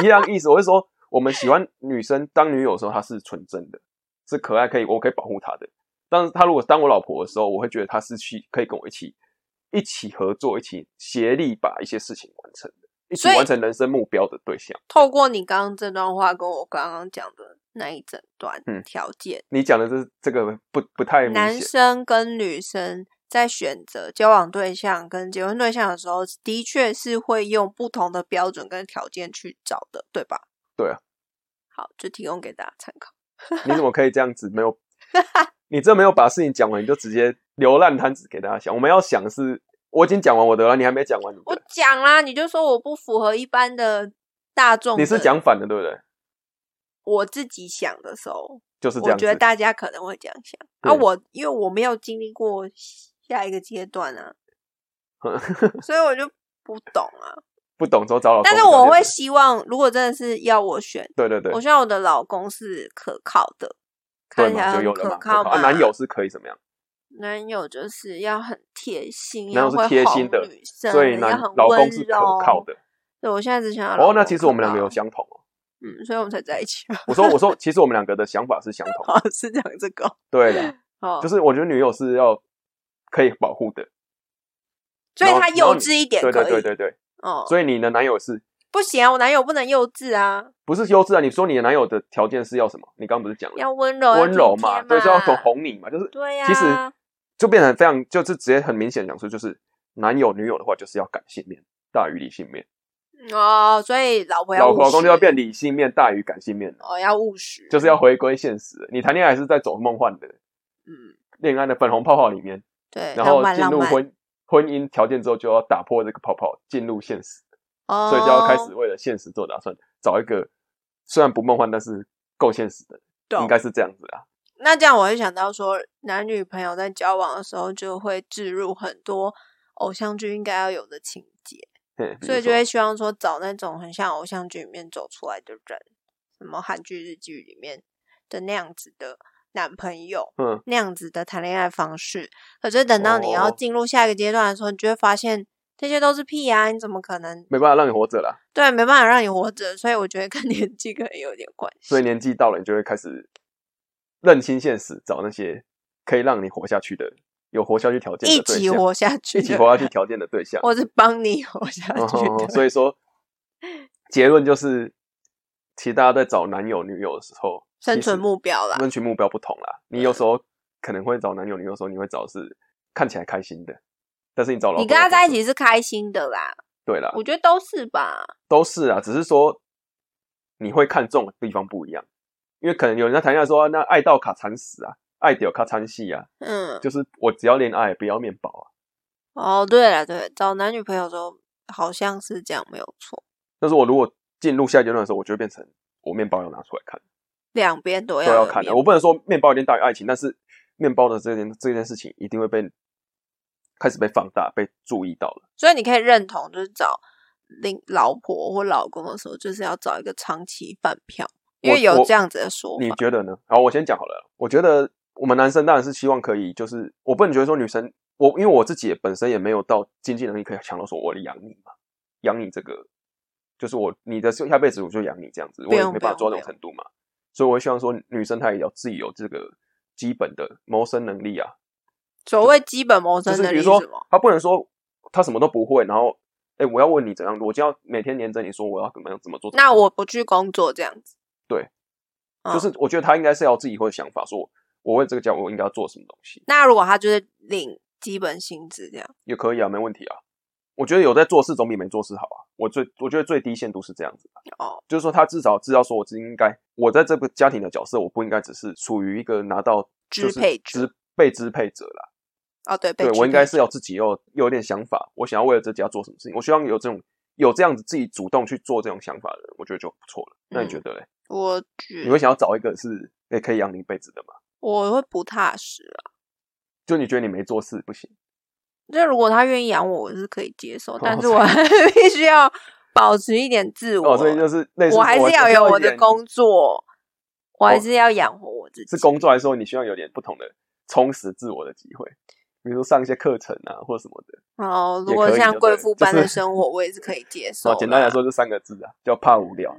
Speaker 1: 一样意思？我是说，我们喜欢女生当女友的时候，她是纯真的，是可爱，可以我可以保护她的。但是她如果当我老婆的时候，我会觉得她是去可以跟我一起一起合作，一起协力把一些事情完成的，一起
Speaker 2: 所以
Speaker 1: 完成人生目标的对象。
Speaker 2: 透过你刚刚这段话跟我刚刚讲的那一整段
Speaker 1: 嗯
Speaker 2: 条件，
Speaker 1: 你讲的这这个不不太明
Speaker 2: 男
Speaker 1: 显，
Speaker 2: 生跟女生在选择交往对象跟结婚对象的时候，的确是会用不同的标准跟条件去找的，对吧？
Speaker 1: 对啊。
Speaker 2: 好，就提供给大家参考。
Speaker 1: 你怎么可以这样子没有？你这没有把事情讲完，你就直接流烂摊子给大家想。我们要想是，我已经讲完我的了，你还没讲完你
Speaker 2: 我
Speaker 1: 的，
Speaker 2: 讲啦，你就说我不符合一般的大众的。
Speaker 1: 你是讲反的，对不对？
Speaker 2: 我自己想的时候，
Speaker 1: 就是这
Speaker 2: 我
Speaker 1: 样
Speaker 2: 觉得
Speaker 1: 子。
Speaker 2: 大家可能会这样想。啊，
Speaker 1: 对
Speaker 2: 我因为我没有经历过下一个阶段 啊，所以我就不懂啊。
Speaker 1: 不懂之后找老公
Speaker 2: 但
Speaker 1: 聊
Speaker 2: 是
Speaker 1: 天，
Speaker 2: 我会希望，如果真的是要我选，
Speaker 1: 对对对
Speaker 2: 我，希望我的老公是可靠的，
Speaker 1: 对
Speaker 2: 看起来
Speaker 1: 嘛，就有
Speaker 2: 很
Speaker 1: 了嘛。
Speaker 2: 靠
Speaker 1: 啊，男友是可以怎么样？
Speaker 2: 男友就是要很贴心，
Speaker 1: 男友
Speaker 2: 要
Speaker 1: 是
Speaker 2: 会
Speaker 1: 贴
Speaker 2: 哄
Speaker 1: 心的
Speaker 2: 女生，
Speaker 1: 所以
Speaker 2: 要
Speaker 1: 男
Speaker 2: 很
Speaker 1: 老
Speaker 2: 温
Speaker 1: 公是可靠
Speaker 2: 柔。
Speaker 1: 的。
Speaker 2: 对，我现在只想要老
Speaker 1: 哦，那
Speaker 2: 公
Speaker 1: 其实
Speaker 2: 可
Speaker 1: 我们两个有
Speaker 2: 靠
Speaker 1: 相同哦。
Speaker 2: 嗯，所以我们才在一起。
Speaker 1: 我说，我说，其实我们两个的想法是相同的。
Speaker 2: 好，是讲这个
Speaker 1: 对 的，
Speaker 2: 哦，
Speaker 1: 就是我觉得女友是要可以保护的。
Speaker 2: 所以
Speaker 1: 然后
Speaker 2: 他
Speaker 1: 然后
Speaker 2: 幼
Speaker 1: 你
Speaker 2: 稚一点
Speaker 1: 对
Speaker 2: 可
Speaker 1: 对
Speaker 2: 以。
Speaker 1: 对对对，
Speaker 2: 哦，
Speaker 1: 所以你的男友是
Speaker 2: 不行啊，我男友不能幼稚啊，
Speaker 1: 不是优质啊？你说你的男友的条件是要什么？你刚刚不是讲了
Speaker 2: 要温柔，
Speaker 1: 温柔
Speaker 2: 要
Speaker 1: 嘛？
Speaker 2: 体贴
Speaker 1: 对，是要哄。哄你嘛？就是
Speaker 2: 对呀、啊
Speaker 1: 其实就变成非常，就是直接很明显讲出，就是男友女友的话，就是要感性面大于理性面，
Speaker 2: 嗯哦，所以老婆要
Speaker 1: 老
Speaker 2: 务
Speaker 1: 老公
Speaker 2: 实
Speaker 1: 就要变理性面大于感性面了，
Speaker 2: 哦，要务实，
Speaker 1: 就是要回归现实。你谈恋爱是在走梦幻的
Speaker 2: 嗯，
Speaker 1: 恋爱的粉红泡泡里面，
Speaker 2: 对，
Speaker 1: 然后
Speaker 2: 浪漫
Speaker 1: 进
Speaker 2: 浪
Speaker 1: 入
Speaker 2: 漫
Speaker 1: 婚婚姻条件之后，就要打破这个泡泡，进入现实，
Speaker 2: 哦，
Speaker 1: 所以就要开始为了现实做打算，找一个虽然不梦幻，但是够现实的，
Speaker 2: 懂
Speaker 1: 应该是这样子啊。
Speaker 2: 那这样我会想到说，男女朋友在交往的时候就会置入很多偶像剧应该要有的情节，
Speaker 1: 嘿比
Speaker 2: 所以
Speaker 1: 如
Speaker 2: 就
Speaker 1: 说
Speaker 2: 会希望说找那种很像偶像剧里面走出来的人，什么韩剧、日剧里面的那样子的男朋友，
Speaker 1: 嗯，
Speaker 2: 那样子的谈恋爱方式。可是等到你要
Speaker 1: 哦
Speaker 2: 进入下一个阶段的时候，你就会发现这些都是屁啊！你怎么可能？
Speaker 1: 没办法让你活着啦，
Speaker 2: 对，没办法让你活着，所以我觉得跟年纪可能有点关系。
Speaker 1: 所以年纪到了，你就会开始认清现实，找那些可以让你活下去的、有活下去条件
Speaker 2: 一
Speaker 1: 的对
Speaker 2: 起
Speaker 1: 象，
Speaker 2: 活下去，
Speaker 1: 一起活下去条件的对象。
Speaker 2: 或是帮你活下去
Speaker 1: 哦，
Speaker 2: 的。
Speaker 1: 所以说结论就是，其实大家在找男友女友的时候，
Speaker 2: 生
Speaker 1: 其实
Speaker 2: 存目标啦。
Speaker 1: 生存目标不同啦。你有时候可能会找男友女友的时候，你会找是看起来开心的，但是你找老
Speaker 2: 你
Speaker 1: 公
Speaker 2: 跟他
Speaker 1: 的时候
Speaker 2: 在一起是开心的啦，
Speaker 1: 对啦，
Speaker 2: 我觉得都是吧。
Speaker 1: 都是啊，只是说你会看重的地方不一样，因为可能有人在谈恋爱说，啊那爱到卡惨死啊，爱屌卡惨戏啊，
Speaker 2: 嗯，
Speaker 1: 就是我只要恋爱不要面包啊。
Speaker 2: 哦，对了，对，找男女朋友的时候好像是这样，没有错，
Speaker 1: 但是我如果进入下一阶段的时候，我就会变成我面包要拿出来看，
Speaker 2: 两边都
Speaker 1: 都
Speaker 2: 要
Speaker 1: 要
Speaker 2: 有
Speaker 1: 看的。
Speaker 2: 面
Speaker 1: 我不能说面包一定大于爱情，但是面包的这件这件事情一定会被开始被放大、被注意到了。
Speaker 2: 所以你可以认同，就是找另老婆或老公的时候，就是要找一个长期饭票，因为
Speaker 1: 我
Speaker 2: 有
Speaker 1: 我
Speaker 2: 这样子的说
Speaker 1: 你
Speaker 2: 法。
Speaker 1: 觉得呢？好，我先讲好了。我觉得我们男生当然是希望可以，就是我不能觉得说女生，我因为我自己也本身也没有到经济能力可以强到说我养你嘛，养你这个就是我你的下辈子我就养你这样子，我
Speaker 2: 不
Speaker 1: 也
Speaker 2: 用
Speaker 1: 没办法
Speaker 2: 不
Speaker 1: 做
Speaker 2: 用
Speaker 1: 到这种程度嘛。所以我会希望说女生她也要自己有这个基本的谋生能力啊，
Speaker 2: 所谓基本谋
Speaker 1: 就
Speaker 2: 生
Speaker 1: 是
Speaker 2: 能
Speaker 1: 比
Speaker 2: 力
Speaker 1: 如
Speaker 2: 是
Speaker 1: 说
Speaker 2: 什么？
Speaker 1: 她不能说她什么都不会，然后哎、我要问你怎样，我就要每天黏着你说我要怎么样怎么做。怎么
Speaker 2: 那
Speaker 1: 做
Speaker 2: 我不去工作这样子。
Speaker 1: 对
Speaker 2: 嗯，
Speaker 1: 就是我觉得他应该是要自己会有想法，说我为这个家我应该要做什么东西
Speaker 2: 那如果他就是领基本薪资这样，
Speaker 1: 也可以啊，没问题啊。我觉得有在做事总比没做事好啊。我最我觉得最低限度是这样子的
Speaker 2: 哦，
Speaker 1: 就是说他至少知道说我是应该我在这个家庭的角色，我不应该只是处于一个拿到就是
Speaker 2: 支配者
Speaker 1: 支被支配者啦。
Speaker 2: 哦，对，被
Speaker 1: 对
Speaker 2: 支
Speaker 1: 我应该
Speaker 2: 配
Speaker 1: 是要自己有有点想法，我想要为了这家做什么事情，我希望有这种有这样子自己主动去做这种想法的人，我觉得就不错了。那
Speaker 2: 嗯
Speaker 1: 你觉得嘞？
Speaker 2: 我觉
Speaker 1: 你会想要找一个是也可以养你一辈子的吗？
Speaker 2: 我会不踏实啊。
Speaker 1: 就你觉得你没做事不行？
Speaker 2: 就如果他愿意养我，我是可以接受，但是
Speaker 1: 所以
Speaker 2: 我 必须要保持一点自我，
Speaker 1: 哦，所以就是类似
Speaker 2: 我还是要有我的工
Speaker 1: 工
Speaker 2: 作，我还是要养活我自己。
Speaker 1: 是工作来说，你需要有点不同的充实自我的机会，比如说上一些课程啊或什么的。
Speaker 2: 然后如
Speaker 1: 也
Speaker 2: 果
Speaker 1: 可以
Speaker 2: 像
Speaker 1: 就
Speaker 2: 贵
Speaker 1: 对
Speaker 2: 妇
Speaker 1: 就
Speaker 2: 般的
Speaker 1: 是
Speaker 2: 生活，我也是可以接受。
Speaker 1: 哦，简单来，说就三个字啊，叫怕无聊。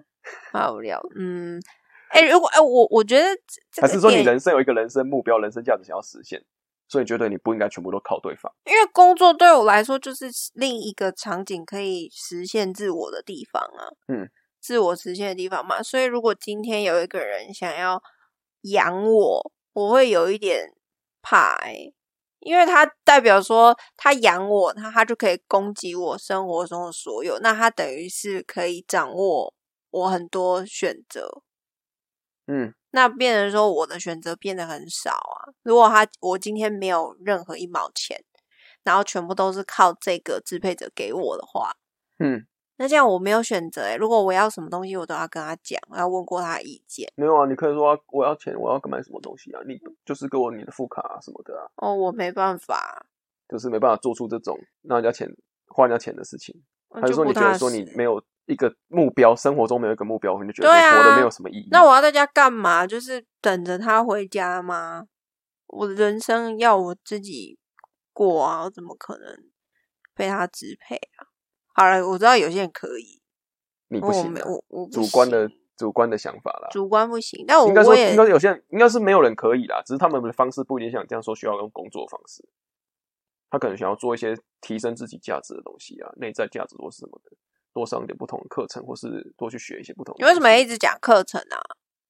Speaker 2: 好无聊。嗯，哎、如果哎、我我觉得这
Speaker 1: 还是
Speaker 2: 这个
Speaker 1: 说你
Speaker 2: 点
Speaker 1: 人生有一个人生目标、人生价值想要实现，所以你觉得你不应该全部都靠对方？
Speaker 2: 因为工作对我来说就是另一个场景可以实现自我的地方啊，
Speaker 1: 嗯，
Speaker 2: 自我实现的地方嘛。所以如果今天有一个人想要养我，我会有一点怕、欸，因为他代表说他养我，他他就可以供给我生活中的所有，那他等于是可以掌握我很多选择，
Speaker 1: 嗯，
Speaker 2: 那变成说我的选择变得很少啊。如果他我今天没有任何一毛钱，然后全部都是靠这个支配者给我的话，
Speaker 1: 嗯，
Speaker 2: 那这样我没有选择诶、欸如果我要什么东西，我都要跟他讲，我要问过他的意见。
Speaker 1: 没有啊，你可以说啊我要钱，我要买什么东西啊，你就是给我你的副卡啊什么的啊，
Speaker 2: 哦，我没办法，
Speaker 1: 就是没办法做出这种让人家钱花人家钱的事情。
Speaker 2: 我
Speaker 1: 还是
Speaker 2: 就
Speaker 1: 说
Speaker 2: 不
Speaker 1: 你觉得
Speaker 2: 踏
Speaker 1: 说你
Speaker 2: 实
Speaker 1: 没有一个目标，生活中没有一个目标，你就觉得
Speaker 2: 对
Speaker 1: 你活
Speaker 2: 啊
Speaker 1: 得没有什么意义？
Speaker 2: 那我要在家干嘛？就是等着他回家吗？我的人生要我自己过啊，我怎么可能被他支配啊？好了，我知道有些人可以，
Speaker 1: 你不
Speaker 2: 我
Speaker 1: 行
Speaker 2: 没
Speaker 1: 啊、
Speaker 2: 我我不
Speaker 1: 主观
Speaker 2: 行
Speaker 1: 的主观的想法啦。
Speaker 2: 主观不行，但我
Speaker 1: 应该
Speaker 2: 哦
Speaker 1: 说，
Speaker 2: 我也
Speaker 1: 应该有些人应该是没有人可以啦，只是他们的方式不一定像你这样说，需要用工作方式。他可能想要做一些提升自己价值的东西啊，内在价值或是什么的，多上一点不同的课程，或是多去学一些不同的。
Speaker 2: 你为什么一？直讲课程啊？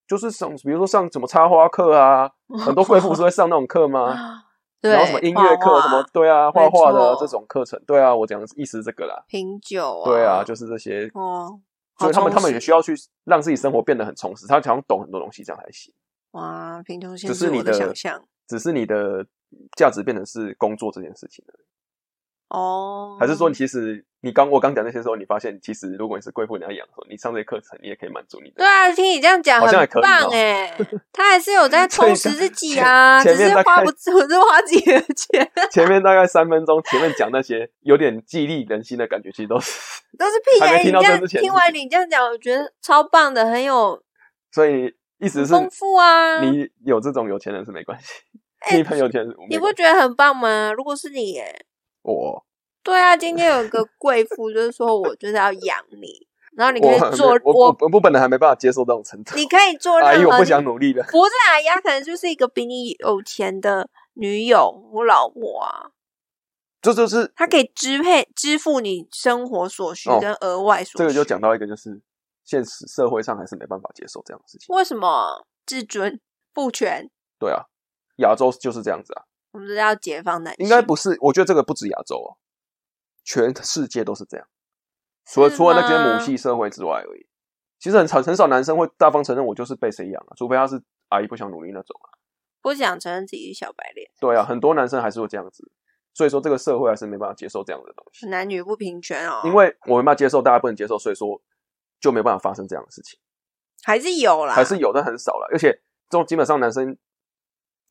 Speaker 1: 就是上，比如说上什么插花课啊， 很多贵妇不是会上那种课吗？
Speaker 2: 对，
Speaker 1: 啊然后什么音乐
Speaker 2: 画
Speaker 1: 课，
Speaker 2: 画
Speaker 1: 什么对啊，画画的
Speaker 2: 没错
Speaker 1: 这种课程，对啊，我讲的意思是这个啦。
Speaker 2: 品酒啊，
Speaker 1: 对啊，就是这些，
Speaker 2: 哦，
Speaker 1: 所以他们
Speaker 2: 好充实
Speaker 1: 他们也需要去让自己生活变得很充实，他想要懂很多东西，这样才行。
Speaker 2: 哇，贫穷限
Speaker 1: 只
Speaker 2: 制
Speaker 1: 是
Speaker 2: 我
Speaker 1: 你
Speaker 2: 的想象
Speaker 1: 只是你的价值变成是工作这件事情了，
Speaker 2: 哦，
Speaker 1: 还是说其实你刚我刚讲那些时候，你发现其实如果你是贵妇，你要养的时候，你上这些课程，你也可以满足你的
Speaker 2: 对。啊，听你这样讲
Speaker 1: 好
Speaker 2: 很
Speaker 1: 像还可以
Speaker 2: 棒
Speaker 1: 哦
Speaker 2: 哎、 他还是有在
Speaker 1: 所以
Speaker 2: 充
Speaker 1: 刚
Speaker 2: 实自己啊，
Speaker 1: 前
Speaker 2: 只
Speaker 1: 前面大
Speaker 2: 是
Speaker 1: 概
Speaker 2: 花不，只 是花自己的钱，
Speaker 1: 前面大概三分钟，前面讲那些有点激励人心的感觉，其实都是。
Speaker 2: 都是屁
Speaker 1: 还
Speaker 2: 孩。
Speaker 1: 没
Speaker 2: 你
Speaker 1: 听
Speaker 2: 这
Speaker 1: 到
Speaker 2: 样
Speaker 1: 这之前
Speaker 2: 听完你这样讲，我觉得超棒的，很有
Speaker 1: 所以意思是，
Speaker 2: 丰富啊。哎
Speaker 1: 你有这种有钱人是没关系，你朋友圈是
Speaker 2: 你
Speaker 1: 没
Speaker 2: 不
Speaker 1: 关系。
Speaker 2: 觉得很棒吗？如果是你、欸，
Speaker 1: 我
Speaker 2: 对啊，今天有一个贵妇就是说我就是要养你，然后你可
Speaker 1: 我还
Speaker 2: 以
Speaker 1: 没
Speaker 2: 做
Speaker 1: 我我我本来还没办法接受这种程度。
Speaker 2: 你可以做
Speaker 1: 阿
Speaker 2: 任
Speaker 1: 姨，
Speaker 2: 何
Speaker 1: 我不
Speaker 2: 你
Speaker 1: 想努力了。
Speaker 2: 不是阿姨，她可能就是一个比你有钱的女友，我老婆啊，
Speaker 1: 这就是
Speaker 2: 她可以支配支付你生活所需
Speaker 1: 哦
Speaker 2: 跟额外所需。
Speaker 1: 这个就讲到一个，就是现实社会上还是没办法接受这样的事情。
Speaker 2: 为什么自尊父权，
Speaker 1: 对啊，亚洲就是这样子啊，
Speaker 2: 我们就是要解放男性，
Speaker 1: 应该不是，我觉得这个不止亚洲、哦，全世界都是这样，除了除了那些母系
Speaker 2: 系，
Speaker 1: 社会之外而已。其实很少很少男生会大方承认我就是被谁养啊，除非他是阿姨不想努力那种啊。
Speaker 2: 不想承认自己是小白脸，
Speaker 1: 对啊，很多男生还是会这样子，所以说这个社会还是没办法接受这样的东西，
Speaker 2: 男女不平权哦，
Speaker 1: 因为我没办法接受，大家不能接受，所以说就没办法发生这样的事情。
Speaker 2: 还是有啦，
Speaker 1: 还是有，但很少了。而且这种基本上男生，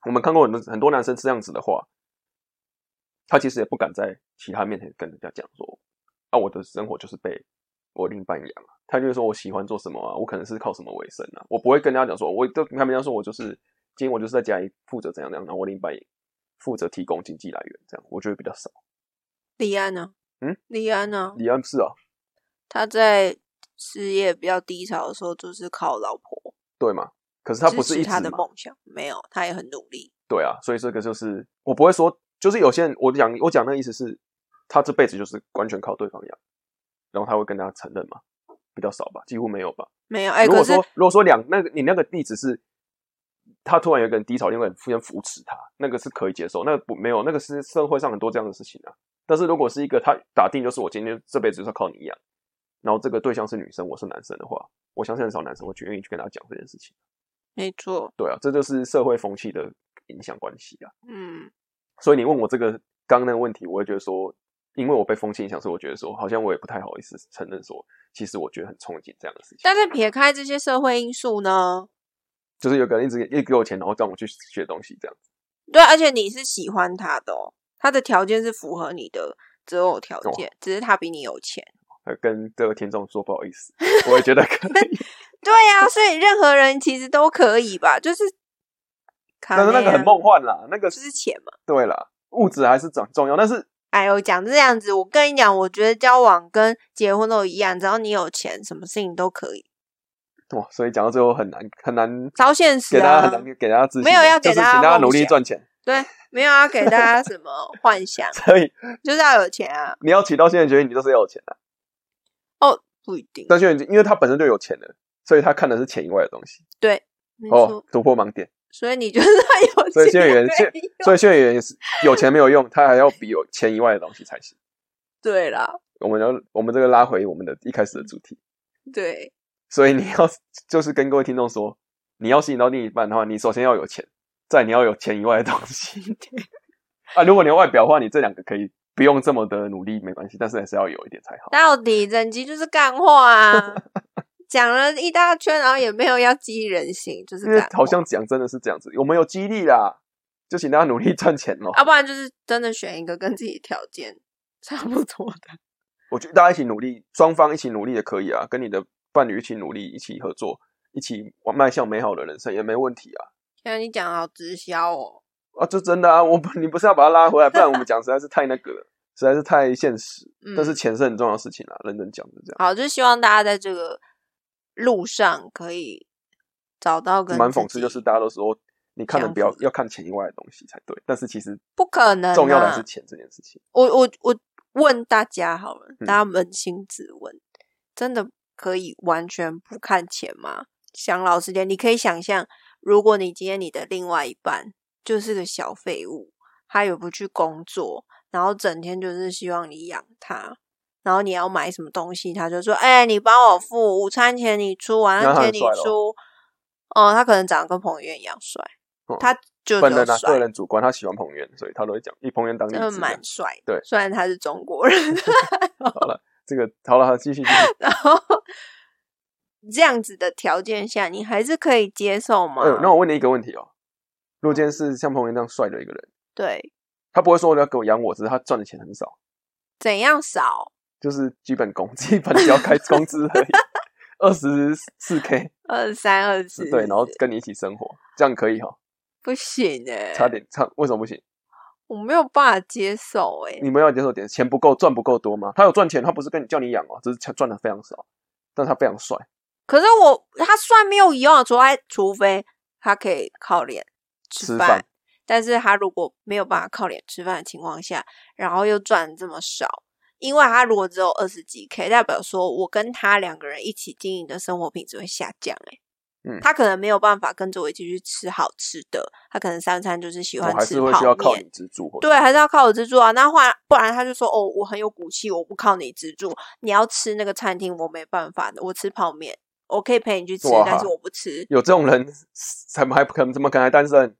Speaker 1: 我们看过很多很多男生这样子的话，他其实也不敢在其他面前跟人家讲说，啊，我的生活就是被我另一半养啊。他就会说我喜欢做什么啊，我可能是靠什么为生啊，我不会跟人家讲说，我都跟他们家说我就是今天我就是在家里负责怎样怎样，然后我另一半也负责提供经济来源，这样我觉得比较少。
Speaker 2: 李安呢，
Speaker 1: 嗯，
Speaker 2: 李安呢，
Speaker 1: 李安是啊，
Speaker 2: 他在事业比较低潮的时候，就是靠老婆
Speaker 1: 对嘛？可是他不
Speaker 2: 支
Speaker 1: 是
Speaker 2: 持
Speaker 1: 一直
Speaker 2: 他的
Speaker 1: 嘛
Speaker 2: 梦想，没有，他也很努力。
Speaker 1: 对啊，所以这个就是我不会说，就是有些人我讲我讲那个意思是，他这辈子就是完全靠对方养，然后他会跟大家承认嘛，比较少吧，几乎没有吧。
Speaker 2: 没有，哎、
Speaker 1: 如
Speaker 2: 可
Speaker 1: 果
Speaker 2: 是
Speaker 1: 说如果说两那个你那个例子是，他突然有一个人低潮，另外一个人先扶持他，那个是可以接受，那个不没有那个是社会上很多这样的事情啊。但是如果是一个他打定就是我今天这辈子就是靠你养，然后这个对象是女生，我是男生的话，我相信很少男生会去愿意去跟他讲这件事情。
Speaker 2: 没错，
Speaker 1: 对啊，这就是社会风气的影响关系啊。
Speaker 2: 嗯，
Speaker 1: 所以你问我这个刚刚那个问题，我会觉得说，因为我被风气影响，所以我觉得说，好像我也不太好意思承认说，其实我觉得很憧憬这样的事情。
Speaker 2: 但是撇开这些社会因素呢，
Speaker 1: 就是有个人一直一直给我钱，然后让我去学东西这样子。
Speaker 2: 对，啊而且你是喜欢他的哦，他的条件是符合你的择偶条
Speaker 1: 哦
Speaker 2: 件，只是他比你有钱。
Speaker 1: 呃，跟这个听众说不好意 思，我也觉得可以，
Speaker 2: 对呀、所以任何人其实都可以吧，就是，
Speaker 1: 但是那
Speaker 2: 啊
Speaker 1: 个很，梦幻啦，那个
Speaker 2: 就是是钱嘛。
Speaker 1: 对啦，物质还是重重要，但是
Speaker 2: 哎呦，讲这样子，我跟你讲，我觉得交往跟结婚都一样，只要你有钱，什么事情都可以，
Speaker 1: 哇，所以讲到最后很难很难
Speaker 2: 超现实
Speaker 1: 给大家很
Speaker 2: 啊。
Speaker 1: 难给大家自信，
Speaker 2: 没有要给
Speaker 1: 就是
Speaker 2: 大家
Speaker 1: 请大家努
Speaker 2: 梦
Speaker 1: 力
Speaker 2: 想
Speaker 1: 赚钱，，
Speaker 2: 对，没有要啊给大家什么幻想
Speaker 1: 所以
Speaker 2: 就是要有钱啊。
Speaker 1: 你要娶到现在决定，你就是要有钱的、啊。
Speaker 2: 哦，不一定，
Speaker 1: 但现在因为他本身就有钱了，所以他看的是钱以外的东西。
Speaker 2: 没错。
Speaker 1: 哦，突破盲点。
Speaker 2: 所以你就是要 有
Speaker 1: 所以
Speaker 2: 钱
Speaker 1: 现在有人
Speaker 2: 没
Speaker 1: 现
Speaker 2: 用
Speaker 1: 所以现在也是有钱没有用，他还要比有钱以外的东西才行。
Speaker 2: 对啦，
Speaker 1: 我们要我们这个拉回我们的一开始的主题，
Speaker 2: 对，
Speaker 1: 所以你要就是跟各位听众说，你要吸引到另一半的话，你首先要有钱，再你要有钱以外的东西。啊，如果你有外表的话，你这两个可以不用这么的努力，没关系，但是还是要有一点才好。
Speaker 2: 到底整集就是干话 啊，讲了一大圈，然后也没有要激人心，就是
Speaker 1: 因为
Speaker 2: 干话
Speaker 1: 好像讲真的是这样子，我们有激励啦，就请大家努力赚钱咯。
Speaker 2: 啊要、不然就是真的选一个跟自己条件差不多的。
Speaker 1: 我觉得大家一起努力，双方一起努力也可以啊，跟你的伴侣一起努力，一起合作，一起往迈向美好的人生也没问题啊。
Speaker 2: 现在你讲得好直销哦，
Speaker 1: 啊，这真的啊，我 不你不是要把它拉回来，不然我们讲实在是太那个了，实在是太现实。
Speaker 2: 嗯，
Speaker 1: 但是钱是很重要的事情啊，认真讲是这样，
Speaker 2: 好，就是希望大家在这个路上可以找到跟
Speaker 1: 蛮
Speaker 2: 自
Speaker 1: 讽刺，
Speaker 2: 己
Speaker 1: 就是大家都说你看的
Speaker 2: 相
Speaker 1: 不要
Speaker 2: 符
Speaker 1: 要看钱以外的东西才对，但是其实
Speaker 2: 不可能、啊。
Speaker 1: 重要的还是钱这件事情。
Speaker 2: 我我我问大家好了，
Speaker 1: 嗯
Speaker 2: 大家扪心自问，真的可以完全不看钱吗？想老实点，你可以想象，如果你今天你的另外一半就是个小废物，他也不去工作，然后整天就是希望你养他。然后你要买什么东西，他就说：“哎、你帮我付午餐钱，你出晚
Speaker 1: 那
Speaker 2: 餐
Speaker 1: 他
Speaker 2: 钱
Speaker 1: 很
Speaker 2: 你
Speaker 1: 帅咯
Speaker 2: 出。”哦，他可能长得跟彭于晏一样帅，
Speaker 1: 哦
Speaker 2: 他就
Speaker 1: 本
Speaker 2: 是
Speaker 1: 人啊，
Speaker 2: 帅
Speaker 1: 个，人主观，他喜欢彭于晏，所以他都会讲以彭于晏当例
Speaker 2: 真的
Speaker 1: 子这
Speaker 2: 蛮
Speaker 1: 样。
Speaker 2: 帅的。
Speaker 1: 对
Speaker 2: 虽然他是中国人，
Speaker 1: 这个好了，好继 续继续。
Speaker 2: 然后这样子的条件下，你还是可以接受吗？
Speaker 1: 哎呦那我问你一个问题哦，如果今天是像彭于晏这样帅的一个人，
Speaker 2: 对，
Speaker 1: 他不会说要给我养我，只是他赚的钱很少，
Speaker 2: 怎样少？
Speaker 1: 就是基本工， 基本只要开工资而已，二十四 k，
Speaker 2: 二三、二四，
Speaker 1: 对，然后跟你一起生活，这样可以哈？
Speaker 2: 不行哎、
Speaker 1: 差点差，为什么不行？
Speaker 2: 我没有办法接受哎、
Speaker 1: 你们要接受点，钱不够，赚不够多吗？他有赚钱，他不是跟你叫你养哦，只是钱赚的非常少，但他非常帅，
Speaker 2: 可是我他算没有用，除非除非他可以靠脸吃
Speaker 1: 吃
Speaker 2: 饭，
Speaker 1: 饭
Speaker 2: 但是他如果没有办法靠脸吃饭的情况下，然后又赚这么少，因为他如果只有二十几 K，代表说我跟他两个人一起经营的生活品质会下降、欸，
Speaker 1: 嗯
Speaker 2: 他可能没有办法跟着我一起去吃好吃的，他可能三餐就是喜
Speaker 1: 我
Speaker 2: 欢
Speaker 1: 还
Speaker 2: 吃
Speaker 1: 是会需要
Speaker 2: 泡
Speaker 1: 靠你
Speaker 2: 面。
Speaker 1: 资助或者。
Speaker 2: 对，还是要靠我资助啊。那换不然他就说哦，我很有骨气，我不靠你资助。你要吃那个餐厅，我没办法的，我吃泡面，我可以陪你去吃
Speaker 1: 哇，
Speaker 2: 但是我不吃
Speaker 1: 有这种人，怎么还可能怎么可能还单身？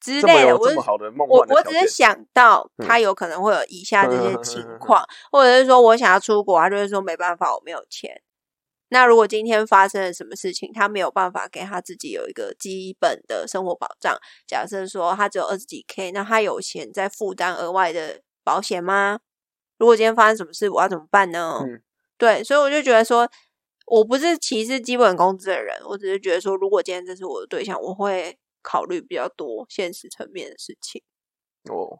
Speaker 2: 之
Speaker 1: 这么
Speaker 2: 类的。
Speaker 1: 有
Speaker 2: 我
Speaker 1: 这
Speaker 2: 是
Speaker 1: 么好的梦
Speaker 2: 我
Speaker 1: 幻的
Speaker 2: 我
Speaker 1: 条
Speaker 2: 只
Speaker 1: 件
Speaker 2: 是想到
Speaker 1: 嗯
Speaker 2: 他有可能会有以下这些情况，
Speaker 1: 嗯
Speaker 2: 或者是说我想要出国，他就会说没办法，我没有钱。那如果今天发生了什么事情，他没有办法给他自己有一个基本的生活保障。假设说他只有二十几 K，那他有钱再负担额外的保险吗？如果今天发生什么事，我要怎么办呢？
Speaker 1: 嗯
Speaker 2: 对，所以我就觉得说，我不是歧视基本工资的人，我只是觉得说，如果今天这是我的对象，我会考虑比较多现实层面的事情。
Speaker 1: 哦，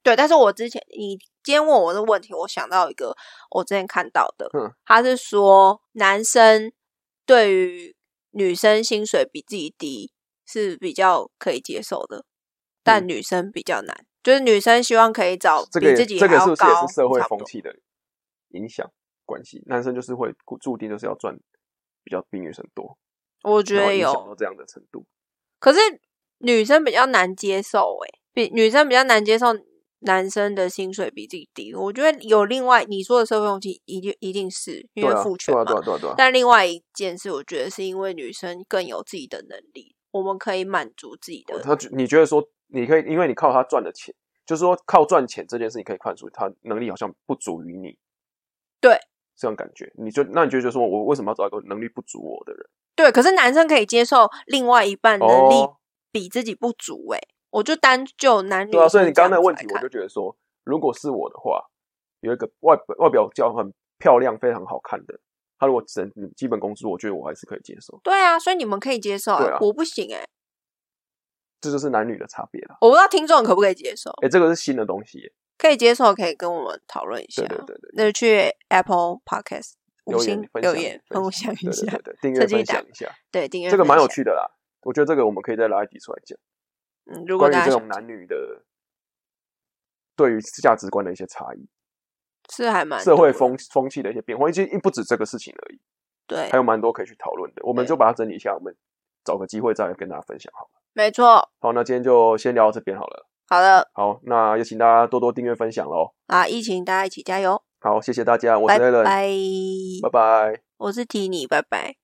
Speaker 2: 对，但是我之前你今天问我的问题，我想到一个我之前看到的
Speaker 1: 嗯，
Speaker 2: 他是说男生对于女生薪水比自己低是比较可以接受的，但女生比较难，就是女生希望可以找
Speaker 1: 嗯这
Speaker 2: 比
Speaker 1: 个也
Speaker 2: 自己
Speaker 1: 这
Speaker 2: 还
Speaker 1: 个
Speaker 2: 要
Speaker 1: 是不是也
Speaker 2: 高，
Speaker 1: 是社会
Speaker 2: 差不
Speaker 1: 风
Speaker 2: 多
Speaker 1: 气的影响关系？男生就是会固注定就是要赚比较比女生多，
Speaker 2: 我觉
Speaker 1: 然后
Speaker 2: 得
Speaker 1: 影响
Speaker 2: 有
Speaker 1: 到这样的程度。
Speaker 2: 可是女生比较难接受、欸，比女生比较难接受男生的薪水比自己低。我觉得有另外你说的社会风气，一定一定是因
Speaker 1: 对
Speaker 2: 为
Speaker 1: 啊，
Speaker 2: 父权嘛。
Speaker 1: 对啊，对啊，对啊，对啊。
Speaker 2: 但另外一件事，我觉得是因为女生更有自己的能力，我们可以满足自己的。
Speaker 1: 哦他觉你觉得说，你可以因为你靠他赚的钱，就是说靠赚钱这件事，你可以看出他能力好像不足于你。
Speaker 2: 对，
Speaker 1: 这种感觉，你就那你就觉得说我为什么要找一个能力不足我的人？
Speaker 2: 对，可是男生可以接受另外一半能力
Speaker 1: 哦
Speaker 2: 比自己不足、欸，我就单就男女
Speaker 1: 对啊，所以
Speaker 2: 生
Speaker 1: 你刚刚
Speaker 2: 这
Speaker 1: 那
Speaker 2: 样
Speaker 1: 个问
Speaker 2: 子
Speaker 1: 题，
Speaker 2: 来
Speaker 1: 我
Speaker 2: 看
Speaker 1: 就觉得说，如果是我的话，有一个外外表较很漂亮、非常好看的，他如果只能基本工资，我觉得我还是可以接受。
Speaker 2: 对啊，所以你们可以接受、欸，
Speaker 1: 对啊
Speaker 2: 我不行哎、
Speaker 1: 这就是男女的差别啦。
Speaker 2: 我不知道听众可不可以接受，
Speaker 1: 哎、这个是新的东西耶，
Speaker 2: 可以接受可以跟我们讨论一下哦
Speaker 1: 对，对对对，
Speaker 2: 那就去 Apple Podcast 五
Speaker 1: 留
Speaker 2: 星
Speaker 1: 言分享
Speaker 2: 留言
Speaker 1: 分
Speaker 2: 分
Speaker 1: 享
Speaker 2: 享一
Speaker 1: 对
Speaker 2: 下
Speaker 1: 对，对对，订
Speaker 2: 设
Speaker 1: 阅
Speaker 2: 计
Speaker 1: 分
Speaker 2: 档
Speaker 1: 享一下，
Speaker 2: 对订阅
Speaker 1: 这个蛮有
Speaker 2: 分享。
Speaker 1: 趣的啦。我觉得这个我们可以再拉一集出来讲，
Speaker 2: 嗯，如果
Speaker 1: 关于
Speaker 2: 大家
Speaker 1: 这
Speaker 2: 想
Speaker 1: 种男女的对于价值观的一些差异，
Speaker 2: 是还蛮
Speaker 1: 社会
Speaker 2: 多的
Speaker 1: 风风气的一些变化，其实不止这个事情而已，
Speaker 2: 对
Speaker 1: 还，有蛮多可以去讨论的。我们
Speaker 2: 对
Speaker 1: 就把它整理一下，我们找个机会再来跟大家分享好了。
Speaker 2: 没错。
Speaker 1: 好，那今天就先聊到这边好了。
Speaker 2: 好了
Speaker 1: 好，那也请大家多多订阅分享喽。
Speaker 2: 啊，疫情大家一起加油，
Speaker 1: 好，谢谢大家，我
Speaker 2: 拜
Speaker 1: 是 a l l n
Speaker 2: 拜。
Speaker 1: 拜拜。
Speaker 2: 我是提你，拜拜。